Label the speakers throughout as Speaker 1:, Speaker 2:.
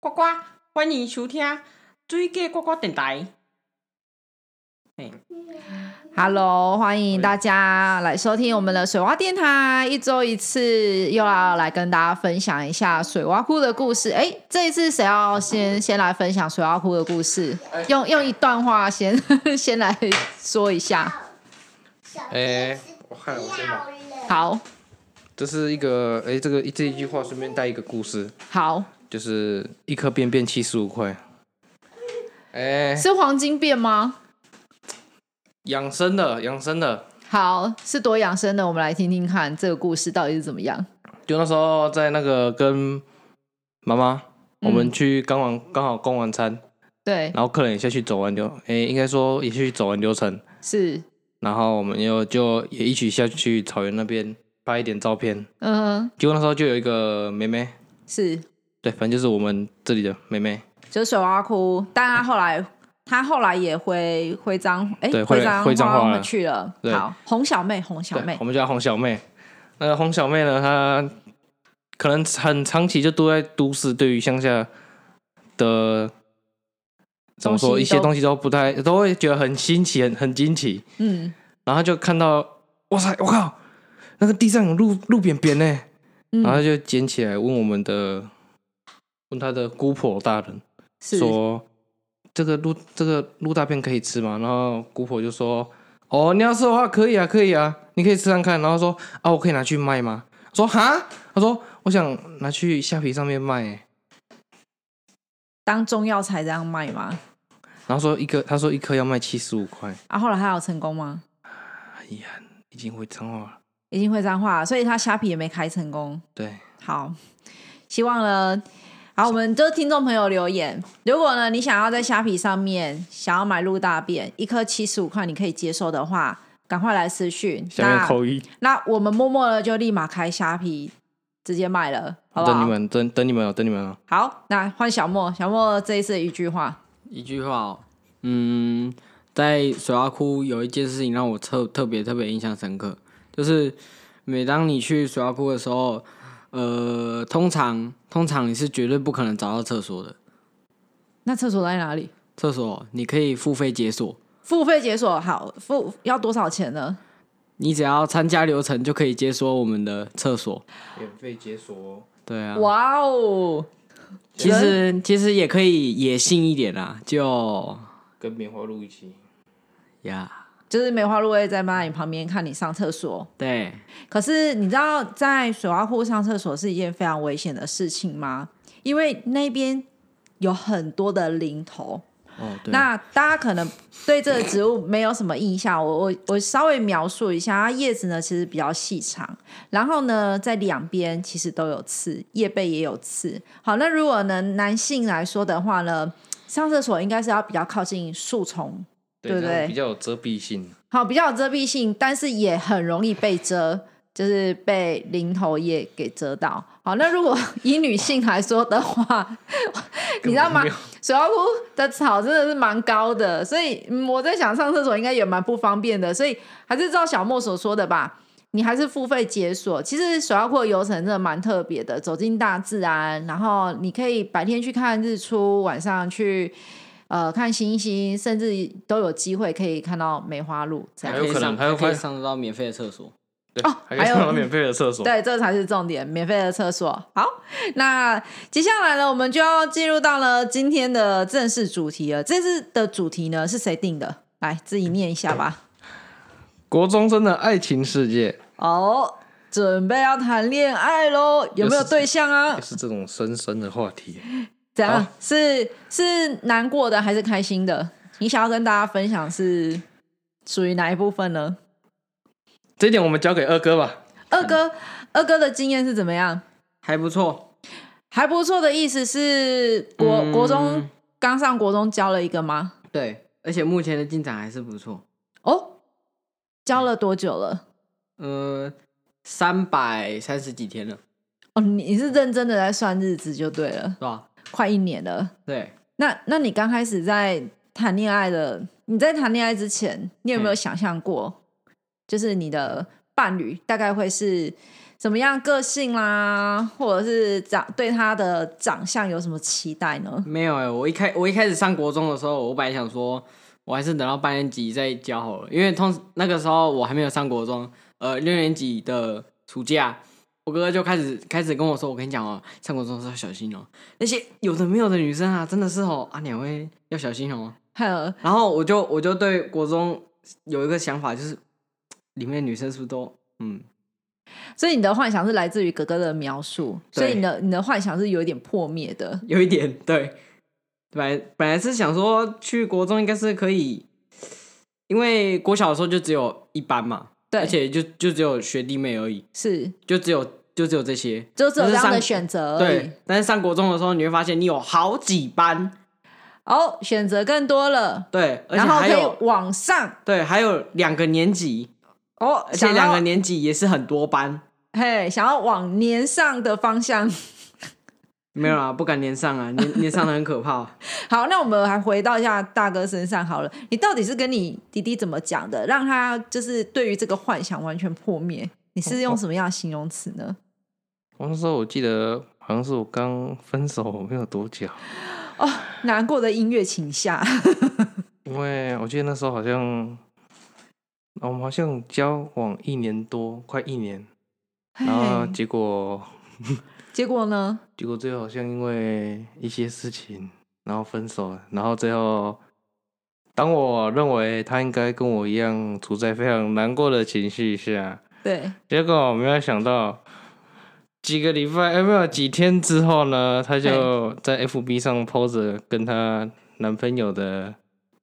Speaker 1: 呱呱，欢迎收听水果呱呱电 台。嘿
Speaker 2: Hello，欢迎大家来收听我们的水蛙电台，一周一次，又要来跟大家分享一下水蛙窟的故事。哎，这一次谁要先先来分享水蛙窟的故事？用用一段话先 先来说一下。
Speaker 3: 哎我看我先吧
Speaker 2: 好，
Speaker 3: 这是一个哎，这个这一句话顺便带一个故事，
Speaker 2: 好，
Speaker 3: 就是一颗便便七十五块。哎，
Speaker 2: 是黄金变吗？
Speaker 3: 养生的，养生的。
Speaker 2: 好，是多养生的，我们来听听看这个故事到底是怎么样。
Speaker 3: 就那时候在那个跟妈妈，我们去刚完刚好供完餐，
Speaker 2: 对，
Speaker 3: 然后客人也下去走完流，哎，应该说也去走完流程，
Speaker 2: 是，
Speaker 3: 然后我们又就也一起下去草原那边拍一点照片。
Speaker 2: 嗯，
Speaker 3: 结果那时候就有一个妹妹，
Speaker 2: 是，
Speaker 3: 对，反正就是我们这里的妹妹，
Speaker 2: 就是水蛙窟，但他后来他后来也回徽章，哎、
Speaker 3: 对
Speaker 2: 徽
Speaker 3: 回
Speaker 2: 章
Speaker 3: 徽章
Speaker 2: 花
Speaker 3: 化
Speaker 2: 湾
Speaker 3: 了
Speaker 2: 去了。
Speaker 3: 对
Speaker 2: 好，红小妹，红小
Speaker 3: 对，
Speaker 2: 妹
Speaker 3: 我，们叫她红小妹。那个红小妹呢，她可能很长期就都在都市，对于乡下的怎
Speaker 2: 东
Speaker 3: 么说，
Speaker 2: 西
Speaker 3: 一些
Speaker 2: 都
Speaker 3: 东西都不太，都会觉得很新奇，很很惊奇。
Speaker 2: 嗯
Speaker 3: 然后她就看到，哇塞，我靠，那个地上有路路扁扁呢，
Speaker 2: 嗯，
Speaker 3: 然后她就捡起来问我们的，问她的姑婆大人。
Speaker 2: 是
Speaker 3: 说这个鹿这个鹿大便可以吃吗？然后姑婆就说：“哦，你要吃的话可以啊，可以啊，你可以吃看看。”然后说：“啊，我可以拿去卖吗？”说：“哈。”他说：“我想拿去虾皮上面卖、欸。
Speaker 2: 当中药材这样卖吗？”
Speaker 3: 然后说一颗，他说一颗要卖七十五块，
Speaker 2: 啊，后来他有成功吗？
Speaker 3: 哎呀，已经会脏话了。
Speaker 2: 已经徽章化了，所以他虾皮也没开成功。
Speaker 3: 对，
Speaker 2: 好，希望呢，好，我们就是听众朋友留言，如果呢你想要在虾皮上面想要买鹿大便，一颗七十五块，你可以接受的话，赶快来私讯。
Speaker 3: 下面
Speaker 2: 那
Speaker 3: 扣一，
Speaker 2: 那我们默默的就立马开虾皮，直接卖了，好不
Speaker 3: 等你
Speaker 2: 好？
Speaker 3: 们，等等你们哦，等你们哦。
Speaker 2: 好，那换小莫，小莫这一次的一句话，
Speaker 4: 一句话、哦，嗯，在水蛙窟有一件事情让我特特别特别印象深刻，就是每当你去水蛙窟的时候，呃，通常通常你是绝对不可能找到厕所的，
Speaker 2: 那厕所在哪里？
Speaker 4: 厕所你可以付费解锁，
Speaker 2: 付费解锁，好，付要多少钱呢？
Speaker 4: 你只要参加流程就可以解锁我们的厕所。
Speaker 3: 免费解锁，
Speaker 4: 对
Speaker 3: 嗯
Speaker 4: 啊，
Speaker 2: 哇哦，
Speaker 4: 其实其实也可以野性一点啦，就
Speaker 3: 跟棉花鹿一起。
Speaker 4: 呀
Speaker 2: 就是梅花鹿会在妈你旁边看你上厕所，
Speaker 4: 对，
Speaker 2: 可是你知道在水洼库上厕所是一件非常危险的事情吗？因为那边有很多的零头。
Speaker 4: 哦
Speaker 3: 嗯
Speaker 4: 对，
Speaker 2: 那大家可能对这个植物没有什么印象，我我我稍微描述一下，它叶子呢其实比较细长，然后呢在两边其实都有刺，叶背也有刺。好，那如果呢男性来说的话呢，上厕所应该是要比较靠近树丛对不
Speaker 3: 这样
Speaker 2: 对
Speaker 3: 比较有遮蔽性。
Speaker 2: 好，比较有遮蔽性，但是也很容易被遮，就是被零头叶给遮到。好，那如果以女性来说的话，你知道吗
Speaker 3: 根本没有？
Speaker 2: 水妖窟的草真的是蛮高的，所以、嗯我在想上厕所应该也蛮不方便的，所以还是照小莫所说的吧。你还是付费解锁。其实水妖窟的游程真的蛮特别的，走进大自然，然后你可以白天去看日出，晚上去呃看星星，甚至都有机会可以看到梅花鹿这样
Speaker 3: 还。有可能
Speaker 4: 上
Speaker 3: 还有
Speaker 4: 可
Speaker 3: 可
Speaker 4: 以
Speaker 3: 以
Speaker 4: 上得到免费的厕所。
Speaker 3: 对，
Speaker 2: 哦
Speaker 3: 还可以
Speaker 2: 还有
Speaker 3: 上到免费的厕所。
Speaker 2: 对，这才是重点，免费的厕所。好，那接下来呢，我们就要进入到了今天的正式主题了。这次的主题呢是谁定的？来，自己念一下吧。
Speaker 3: 国中生的爱情世界
Speaker 2: 哦，准备要谈恋爱喽，有没有
Speaker 3: 又是
Speaker 2: 对象啊
Speaker 3: 也？是这种深深的话题。
Speaker 2: 怎样
Speaker 3: 好？
Speaker 2: 是是难过的还是开心的？你想要跟大家分享是属于哪一部分呢？
Speaker 3: 这一点我们交给二哥吧。
Speaker 2: 二哥，二哥的经验是怎么样？
Speaker 4: 还不错，
Speaker 2: 还不错的意思是国、国中
Speaker 4: 嗯
Speaker 2: 刚上国中交了一个吗？
Speaker 4: 对，而且目前的进展还是不错。
Speaker 2: 哦，交了多久了？
Speaker 4: 呃，三百三十几天了，
Speaker 2: 哦，你你是认真的在算日子就对了，
Speaker 4: 是吧？
Speaker 2: 快一年了。
Speaker 4: 对，
Speaker 2: 那那你刚开始在谈恋爱的，你在谈恋爱之前，你有没有
Speaker 4: 嗯
Speaker 2: 想象过，就是你的伴侣大概会是怎么样个性啦，或者是长对他的长相有什么期待呢？
Speaker 4: 没有哎、我一开我一开始上国中的时候，我本来想说，我还是等到八年级再教好了，因为通那个时候我还没有上国中，呃，六年级的暑假，我哥哥就开始开始跟我说，我跟你讲哦，上国中的时候要小心哦，那些有的没有的女生啊，真的是哦，啊，你会要小心哦。
Speaker 2: 哼，
Speaker 4: 然后我就我就对国中有一个想法，就是里面的女生是不是都嗯，
Speaker 2: 所以你的幻想是来自于哥哥的描述，所
Speaker 4: 对
Speaker 2: 以你的你的幻想是有一点破灭的。
Speaker 4: 有一点对。本来本来是想说去国中应该是可以，因为国小的时候就只有一班嘛，
Speaker 2: 对
Speaker 4: 而且就就只有学弟妹而已，
Speaker 2: 是，
Speaker 4: 就只有就只有这些。
Speaker 2: 就只有这样
Speaker 4: 但
Speaker 2: 的
Speaker 4: 是上
Speaker 2: 选择而已
Speaker 4: 对。，但是上国中的时候，你会发现你有好几班，
Speaker 2: 哦，选择更多了，
Speaker 4: 对，而且
Speaker 2: 然后可
Speaker 4: 还有
Speaker 2: 以往上
Speaker 4: 对，还有两个年级，
Speaker 2: 哦，
Speaker 4: 而且
Speaker 2: 想
Speaker 4: 两
Speaker 2: 要
Speaker 4: 个年级也是很多班，
Speaker 2: 嘿，想要往年上的方向。
Speaker 4: 没有啊，不敢连上啊，连连上的很可怕。
Speaker 2: 好，那我们还回到一下大哥身上好了，你到底是跟你弟弟怎么讲的，让他就是对于这个幻想完全破灭？你是用什么样的形容词 呢？
Speaker 3: 我那时候我记得好像是我刚分手没有多久，啊
Speaker 2: 难过的音乐请下，
Speaker 3: 因为我记得那时候好像哦我们好像交往一年多，快一年，
Speaker 2: 嘿
Speaker 3: 然
Speaker 4: 哦
Speaker 3: 后结果
Speaker 2: 结果呢？
Speaker 3: 结果最后好像因为一些事情，然后分手了，然后最后。当我认为他应该跟我一样处在非常难过的情绪下，
Speaker 2: 对，
Speaker 3: 结果没有想到，几个礼拜，哎，没有几天之后呢，她就在 FB 上 po 着跟她男朋友的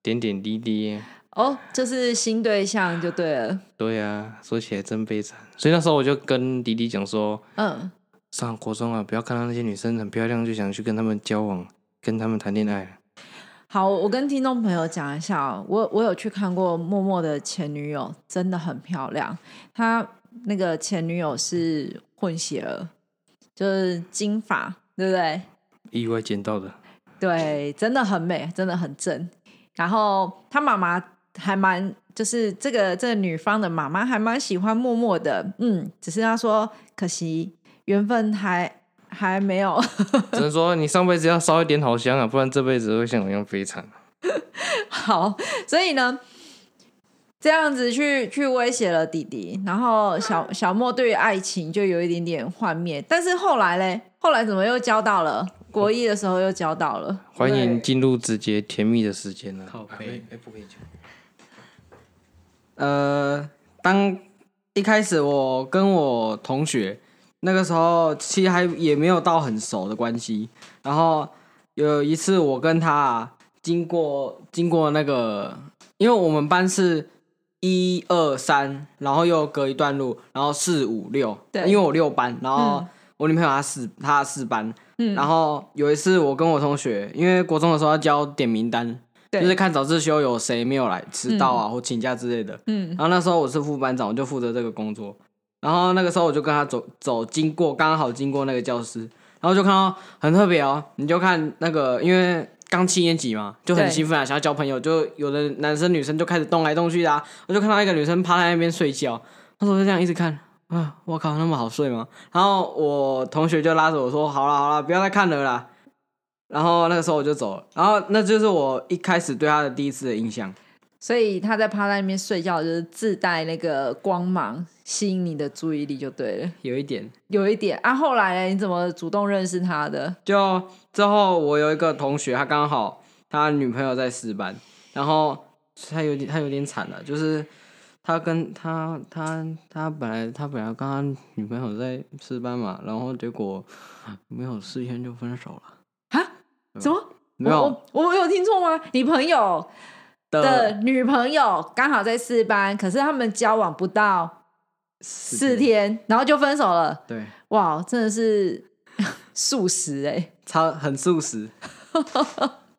Speaker 3: 点点滴滴。
Speaker 2: 哦，就是新对象就对了，
Speaker 3: 对呀、说起来真悲惨。所以那时候我就跟迪迪讲说，
Speaker 2: 嗯，
Speaker 3: 上国中啊，不要看到那些女生很漂亮就想去跟她们交往，跟她们谈恋爱。
Speaker 2: 好，我跟听众朋友讲一下哦，我我有去看过默默的前女友，真的很漂亮。她那个前女友是混血儿，就是金发，对不对？
Speaker 3: 意外捡到的，
Speaker 2: 对，真的很美，真的很正。然后她妈妈还蛮，就是这个这个女方的妈妈还蛮喜欢默默的，嗯，只是她说可惜缘分还还没有。
Speaker 3: 只能说你上辈子要烧一点好香啊，不然这辈子会像我一样悲惨。
Speaker 2: 好，所以呢，这样子去去威胁了弟弟，然后小小莫对于爱情就有一点点幻灭，但是后来嘞，后来怎么又交到了？国一的时候又交到了，
Speaker 3: 欢迎进入直接甜蜜的时间了、
Speaker 4: 靠
Speaker 3: 哎
Speaker 4: 背
Speaker 3: 哎不可以讲。
Speaker 4: 呃，当一开始我跟我同学那个时候，其实还也没有到很熟的关系。然后有一次我跟他啊经过经过那个，因为我们班是一二三，然后又隔一段路，然后四五六，
Speaker 2: 对
Speaker 4: 因为我六班，然后
Speaker 2: 嗯
Speaker 4: 我女朋友她四她四班。
Speaker 2: 嗯
Speaker 4: 然后有一次我跟我同学，因为国中的时候要交点名单，
Speaker 2: 对
Speaker 4: 就是看早自修有谁没有来迟到啊、或请假之类的。
Speaker 2: 嗯
Speaker 4: 然后那时候我是副班长，我就负责这个工作。然后那个时候我就跟他走走经过，刚好经过那个教室，然后就看到很特别哦，你就看那个，因为刚七年级嘛，就很
Speaker 2: 对
Speaker 4: 兴奋啊，想要交朋友，就有的男生女生就开始动来动去的、啊，我就看到一个女生趴在那边睡觉，那时候就这样一直看。啊！我靠，那么好睡吗？然后我同学就拉着我说：“好了好了，不要再看了啦。”然后那个时候我就走了。然后那就是我一开始对他的第一次的印象。
Speaker 2: 所以他在趴在那边睡觉，就是自带那个光芒吸引你的注意力就对了，
Speaker 4: 有一点。
Speaker 2: 有一点啊。后来嘞，你怎么主动认识他的？
Speaker 4: 就之后我有一个同学，他刚好他女朋友在四班，然后他有点他有点惨了，就是他跟他他他本来他本来跟他女朋友在四班嘛，然后结果没有四天就分手了，
Speaker 2: 什么？
Speaker 4: 嗯没有
Speaker 2: 我我我有听错吗？你朋友的
Speaker 4: 的
Speaker 2: 女朋友刚好在四班，可是他们交往不到四
Speaker 4: 天，
Speaker 2: 天，然后就分手了。
Speaker 4: 对，
Speaker 2: 哇，真的是 素食哎、
Speaker 4: 超很素食。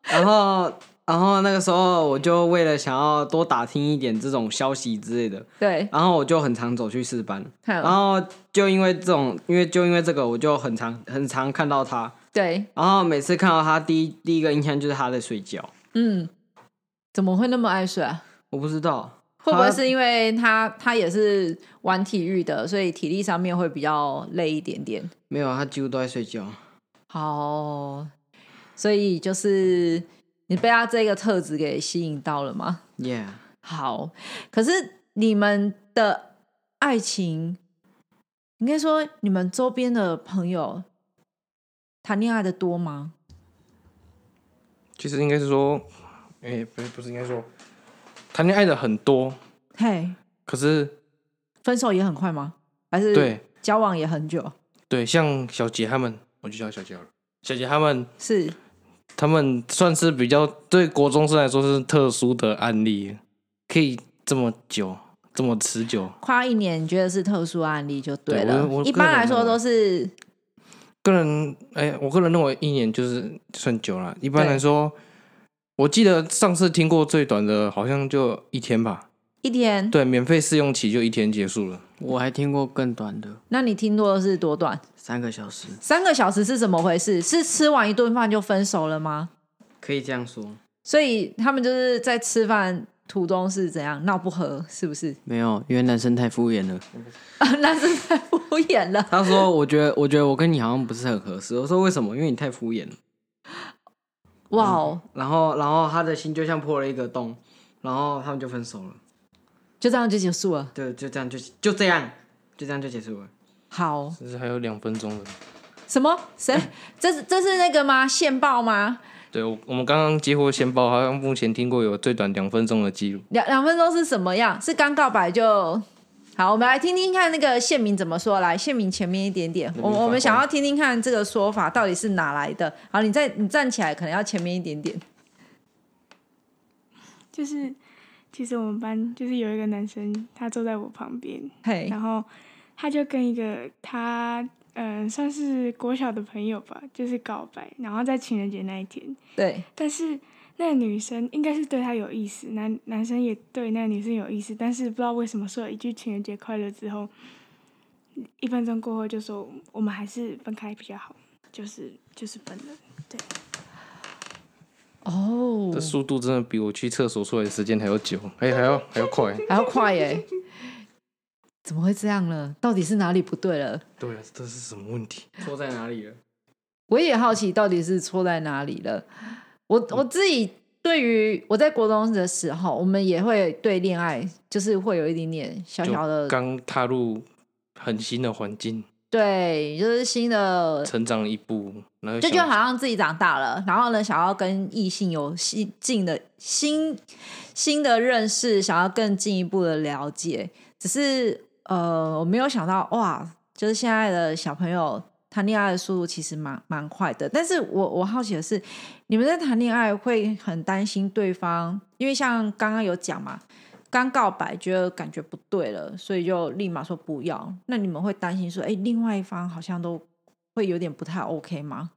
Speaker 4: 然后然后那个时候我就为了想要多打听一点这种消息之类的，
Speaker 2: 对，
Speaker 4: 然后我就很常走去四班。
Speaker 2: 看
Speaker 4: 然后就因为这种，因为就因为这个，我就很常很常看到他，
Speaker 2: 对，
Speaker 4: 然后每次看到他，第一第一个印象就是他在睡觉。
Speaker 2: 嗯，怎么会那么爱睡啊？
Speaker 4: 我不知道，
Speaker 2: 会不
Speaker 4: 好
Speaker 2: 会
Speaker 4: 啊
Speaker 2: 是因为他他也是玩体育的，所以体力上面会比较累一点点？
Speaker 4: 没有，他几乎都在睡觉。
Speaker 2: 好，所以就是你被他这个特质给吸引到了吗？
Speaker 4: Yeah，
Speaker 2: 好，可是你们的爱情，应该说你们周边的朋友谈恋爱的多吗？
Speaker 3: 其实应该是说，哎、不是不是应该说，谈恋爱的很多，
Speaker 2: 嘿，
Speaker 3: 可是
Speaker 2: 分手也很快吗？还是
Speaker 3: 对
Speaker 2: 交往也很久？
Speaker 3: 对，像小杰他们，我就叫小杰好了。小杰他们，
Speaker 2: 是
Speaker 3: 他们算是比较对国中生来说是特殊的案例，可以这么久，这么持久。
Speaker 2: 跨一年，你觉得是特殊案例就对
Speaker 3: 对
Speaker 2: 了。
Speaker 3: 我我
Speaker 2: 一
Speaker 3: 个
Speaker 2: 般
Speaker 3: 人
Speaker 2: 来说
Speaker 3: 认为
Speaker 2: 都是
Speaker 3: 个人，哎、我个人认为一年就是算久了。一般
Speaker 2: 对
Speaker 3: 来说，我记得上次听过最短的，好像就一天吧。
Speaker 2: 一天。
Speaker 3: 对，免费试用期就一天结束了。
Speaker 4: 我还听过更短的，
Speaker 2: 那你听多的是多短？
Speaker 4: 三个小时，
Speaker 2: 三个小时是怎么回事？是吃完一顿饭就分手了吗？
Speaker 4: 可以这样说。
Speaker 2: 所以他们就是在吃饭途中是怎样闹不和，是不是？
Speaker 4: 没有，因为男生太敷衍了。
Speaker 2: 那是太敷衍了。
Speaker 4: 他说：“我觉得， 我觉得我跟你好像不是很合适。”我说：“为什么？因为你太敷衍了。
Speaker 2: 哇哦，”
Speaker 4: 然后，然后他的心就像破了一个洞，然后他们就分手了。
Speaker 2: 就这样就结束了。
Speaker 4: 对，就这样，就就这样，就这样就结束了。
Speaker 2: 好，
Speaker 3: 只是还有两分钟了。
Speaker 2: 什么？谁？这是这是那个吗？线报吗？
Speaker 3: 对，我我们刚刚接获线报，好像目前听过有最短两分钟的记录。
Speaker 2: 两两分钟是什么样？是刚告白就好。我们来听听看那个县民怎么说。来，县民前面一点点，我
Speaker 3: 发
Speaker 2: 我们
Speaker 3: 挥
Speaker 2: 想要听听看这个说法到底是哪来的。好，你再你站起来，可能要前面一点点。
Speaker 5: 就是其实我们班就是有一个男生，他坐在我旁边，
Speaker 2: 嘿，
Speaker 5: 然后他就跟一个他嗯、呃算是国小的朋友吧，就是告白，然后在情人节那一天，
Speaker 2: 对，
Speaker 5: 但是那个女生应该是对他有意思，男男生也对那个女生有意思，但是不知道为什么说了一句情人节快乐之后，一分钟过后就说我们还是分开比较好，就是就是分了。
Speaker 2: 哦
Speaker 3: 这，速度真的比我去厕所出来的时间还要久，哎、还要还要快。
Speaker 2: 还要快耶、怎么会这样呢？到底是哪里不对了？
Speaker 3: 对啊，这是什么问题？
Speaker 4: 错在哪里了？
Speaker 2: 我也好奇到底是错在哪里了。我我自己对于我在国中的时候，我们也会对恋爱就是会有一点点小
Speaker 3: 就
Speaker 2: 小的
Speaker 3: 刚踏入很新的环境，
Speaker 2: 对，就是新的，
Speaker 3: 成长一步，然后
Speaker 2: 就
Speaker 3: 想
Speaker 2: 觉得好像自己长大了，然后呢，想要跟异性有新进的新新的认识，想要更进一步的了解。只是呃，我没有想到哇，就是现在的小朋友谈恋爱的速度其实蛮蛮快的。但是我我好奇的是，你们在谈恋爱会很担心对方，因为像刚刚有讲嘛，刚告白觉得感觉不对了，所以就立马说不要。那你们会担心说，哎，另外一方好像都会有点不太 OK 吗？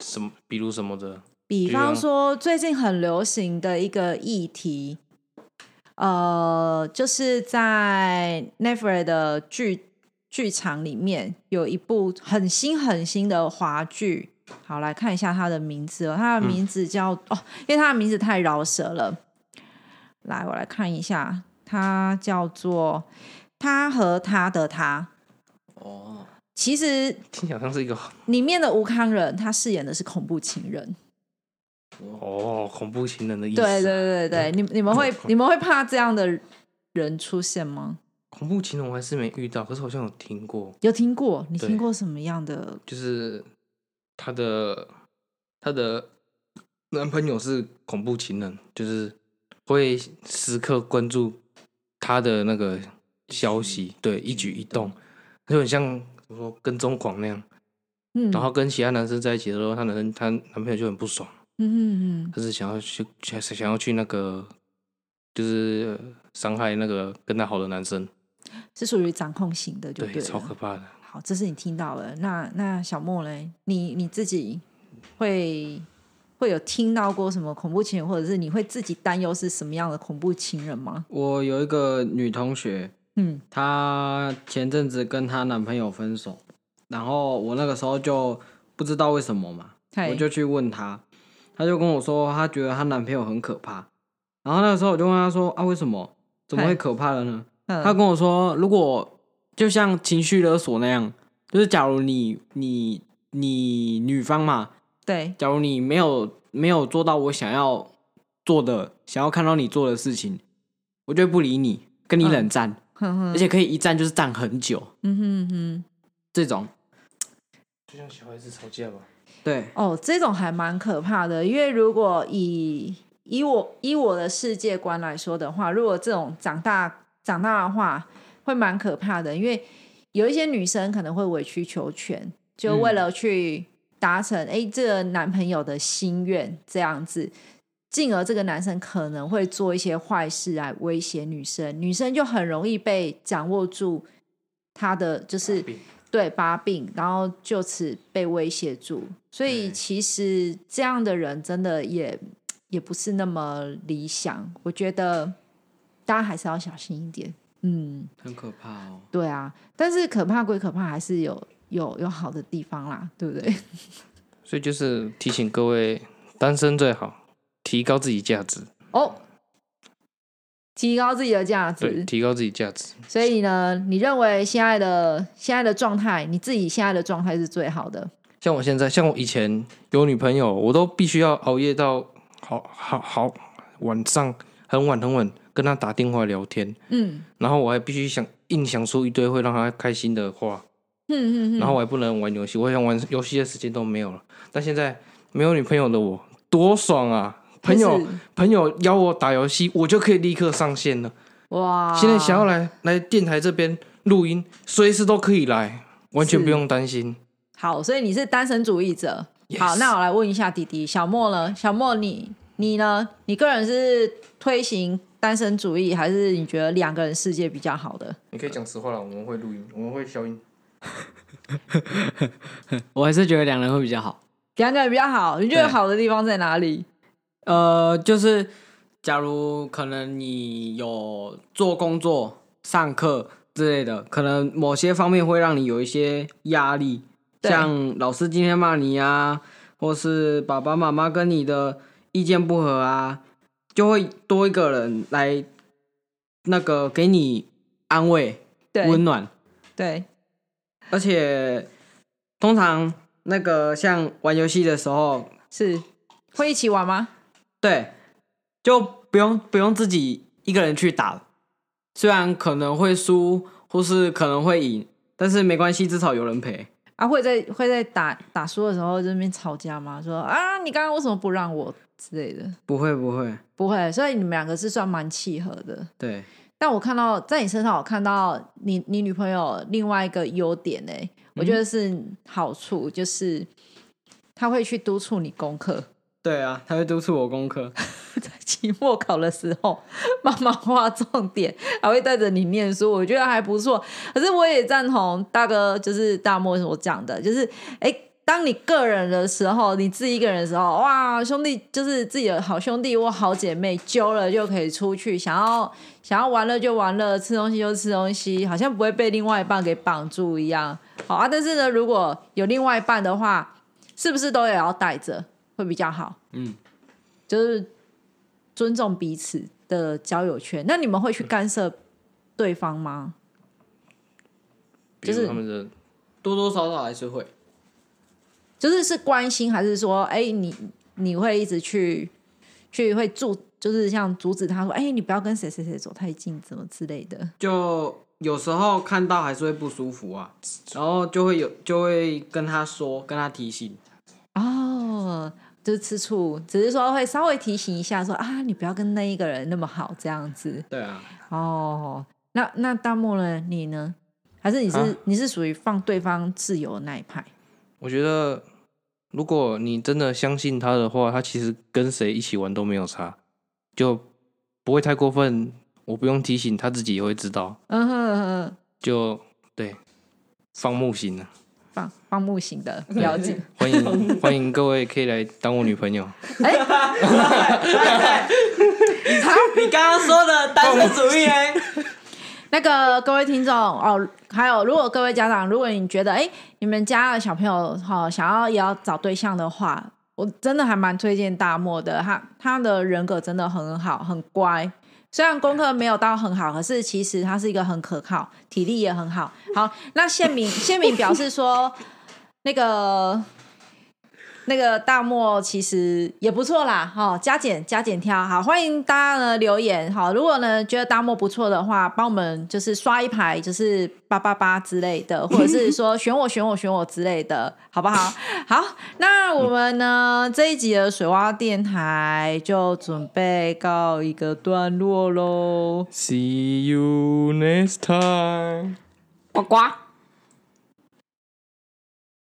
Speaker 3: 什么，比如什么的，
Speaker 2: 比
Speaker 3: 比
Speaker 2: 方
Speaker 3: 方
Speaker 2: 说，最近很流行的一个议题，呃，就是在 Netflix 的剧剧场里面有一部很新很新的华剧。好，来看一下它的名字哦，它的名字叫、哦，因为它的名字太饶舌了。来，我来看一下，它叫做《他和他的他》。
Speaker 4: 哦，
Speaker 2: 其实
Speaker 3: 听起来好像是一个
Speaker 2: 里面的吴康仁，他饰演的是恐怖情人。
Speaker 3: 哦恐怖情人的意思。
Speaker 2: 对对对对，你你们会你们会怕这样的人出现吗？
Speaker 3: 恐怖情人我还是没遇到，可是好像有听过，
Speaker 2: 有听过？你听
Speaker 3: 对
Speaker 2: 过什么样的？
Speaker 3: 就是她的她的男朋友是恐怖情人，就是会时刻关注她的那个消息，对一举一动，就很像怎么说跟踪狂那样。
Speaker 2: 嗯，
Speaker 3: 然后跟其他男生在一起的时候，她男生她男朋友就很不爽，
Speaker 2: 嗯嗯嗯，
Speaker 3: 他是想要去想想要去那个，就是伤害那个跟她好的男生，
Speaker 2: 是属于掌控型的，就
Speaker 3: 对，
Speaker 2: 对
Speaker 3: 超
Speaker 2: 了
Speaker 3: 可。怕的。
Speaker 2: 好，这是你听到了。那那小莫嘞，你你自己会会有听到过什么恐怖情人，或者是你会自己担忧是什么样的恐怖情人吗？
Speaker 4: 我有一个女同学，
Speaker 2: 嗯，
Speaker 4: 她前阵子跟她男朋友分手，然后我那个时候就不知道为什么嘛，
Speaker 2: 嗨
Speaker 4: 我就去问她，她就跟我说她觉得她男朋友很可怕，然后那个时候我就问他说啊，为什么？怎么
Speaker 2: 嗨
Speaker 4: 会可怕了呢？他
Speaker 2: 嗯，
Speaker 4: 跟我说，如果就像情绪勒索那样，就是假如你你你女方嘛，
Speaker 2: 对，
Speaker 4: 假如你没有没有做到我想要做的，想要看到你做的事情，我就会不理你，跟你
Speaker 2: 嗯
Speaker 4: 冷战，
Speaker 2: 哼哼
Speaker 4: 而，且可以一站就是站很久，
Speaker 2: 嗯哼哼，
Speaker 4: 这种
Speaker 3: 就像小孩子吵架吧。
Speaker 4: 对
Speaker 2: 哦，这种还蛮可怕的，因为如果以以我以我的世界观来说的话，如果这种长大长大的话，会蛮可怕的，因为有一些女生可能会委曲求全，就为了去达成哎、诶这个男朋友的心愿这样子，进而这个男生可能会做一些坏事来威胁女生，女生就很容易被掌握住他的就是对把柄，然后就此被威胁住，所以
Speaker 3: 对
Speaker 2: 其实这样的人真的也也不是那么理想，我觉得大家还是要小心一点，嗯。
Speaker 4: 很可怕哦。
Speaker 2: 对啊，但是可怕归可怕，还是有有有好的地方啦，对不对？
Speaker 3: 所以就是提醒各位，单身最好，提高自己价值，
Speaker 2: 哦，提高自己的价
Speaker 3: 对，
Speaker 2: 值。
Speaker 3: 提高自己价值。
Speaker 2: 所以呢，你认为现在的现在的状态，你自己现在的状态是最好的？
Speaker 3: 像我现在，像我以前有女朋友，我都必须要熬夜到好好好晚上很晚很晚跟她打电话聊天，
Speaker 2: 嗯
Speaker 3: 然后我还必须想硬想出一堆会让她开心的话，
Speaker 2: 嗯嗯
Speaker 3: 然后我还不能玩游戏，我想玩游戏的时间都没有了。但现在没有女朋友的我多爽啊！朋友朋友邀我打游戏，我就可以立刻上线了。
Speaker 2: 哇，
Speaker 3: 现在想要来来电台这边录音，随时都可以来，完全
Speaker 2: 是
Speaker 3: 不用担心。
Speaker 2: 好，所以你是单身主义者。
Speaker 3: Yes
Speaker 2: 好，那我来问一下弟弟小莫呢？小莫你你呢？你个人是推行单身主义，还是你觉得两个人世界比较好的？
Speaker 3: 你可以讲实话了，我们会录音，我们会消音。
Speaker 4: 我还是觉得两人会比较好。
Speaker 2: 两个人比较好，你觉得
Speaker 4: 对
Speaker 2: 好的地方在哪里？
Speaker 4: 呃，就是假如可能你有做工作、上课之类的，可能某些方面会让你有一些压力，
Speaker 2: 对
Speaker 4: 像老师今天骂你啊，或是爸爸妈妈跟你的意见不合啊，就会多一个人来那个给你安慰、温
Speaker 2: 对
Speaker 4: 暖。
Speaker 2: 对，
Speaker 4: 而且通常那个像玩游戏的时候，
Speaker 2: 是会一起玩吗？
Speaker 4: 对，就不用不用自己一个人去打，虽然可能会输或是可能会赢，但是没关系，至少有人陪。
Speaker 2: 啊，会在会在打打输的时候在那边吵架吗？说啊，你刚刚为什么不让我之类的？
Speaker 4: 不会不会，
Speaker 2: 不会，所以你们两个是算蛮契合的。
Speaker 4: 对，
Speaker 2: 但我看到在你身上，我看到你你女朋友另外一个优点呢、我
Speaker 4: 嗯
Speaker 2: 觉得是好处，就是她会去督促你功课。
Speaker 4: 对啊，他会督促我功课。
Speaker 2: 在期末考的时候，妈妈画重点，还会带着你念书，我觉得还不错。可是我也赞同大哥，就是大漠所讲的，就是哎。诶当你个人的时候，你自己一个人的时候，哇，兄弟就是自己的好兄弟或好姐妹，揪了就可以出去，想要想要玩乐就玩乐，吃东西就吃东西，好像不会被另外一半给绑住一样。好啊，但是呢，如果有另外一半的话，是不是都也要带着会比较好？
Speaker 4: 嗯，
Speaker 2: 就是尊重彼此的交友圈。那你们会去干涉对方吗？
Speaker 3: 比
Speaker 2: 就是
Speaker 3: 如他们的
Speaker 4: 多多少少还是会。
Speaker 2: 就是是关心，还是说，哎、你你会一直去去会阻，就是像阻止他说，哎、你不要跟谁谁谁走太近，怎么之类的。
Speaker 4: 就有时候看到还是会不舒服啊，然后就会有就会跟他说，跟他提醒。
Speaker 2: 哦，就是吃醋，只是说会稍微提醒一下说啊，你不要跟那一个人那么好这样子。
Speaker 4: 对啊，
Speaker 2: 哦，那那大漠呢？你呢？还是你是、
Speaker 3: 啊
Speaker 2: 你是属于放对方自由的那一派？
Speaker 3: 我觉得，如果你真的相信他的话，他其实跟谁一起玩都没有差，就不会太过分。我不用提醒他自己也会知道，
Speaker 2: 嗯哼嗯哼。
Speaker 3: 就对，放牧型的，
Speaker 2: 放放牧型的，了解。
Speaker 3: 欢迎欢迎各位可以来当我女朋友。
Speaker 4: 你刚刚说的单身主义哎，
Speaker 2: 那个各位听众哦，还有如果各位家长，如果你觉得哎，你们家的小朋友哈、哦、想要也要找对象的话，我真的还蛮推荐大漠的，他他的人格真的很好，很乖。虽然功课没有到很好，可是其实他是一个很可靠，体力也很好。好，那宪敏宪敏表示说，那个那个大漠其实也不错啦，好、加减加减挑，好，欢迎大家呢留言，好，如果呢觉得大漠不错的话，帮我们就是刷一排，就是八八八之类的，或者是说选我选我选我之类的，好不好？好，那我们呢这一集的水洼电台就准备告一个段落喽。
Speaker 3: See you next time。
Speaker 1: 呱呱。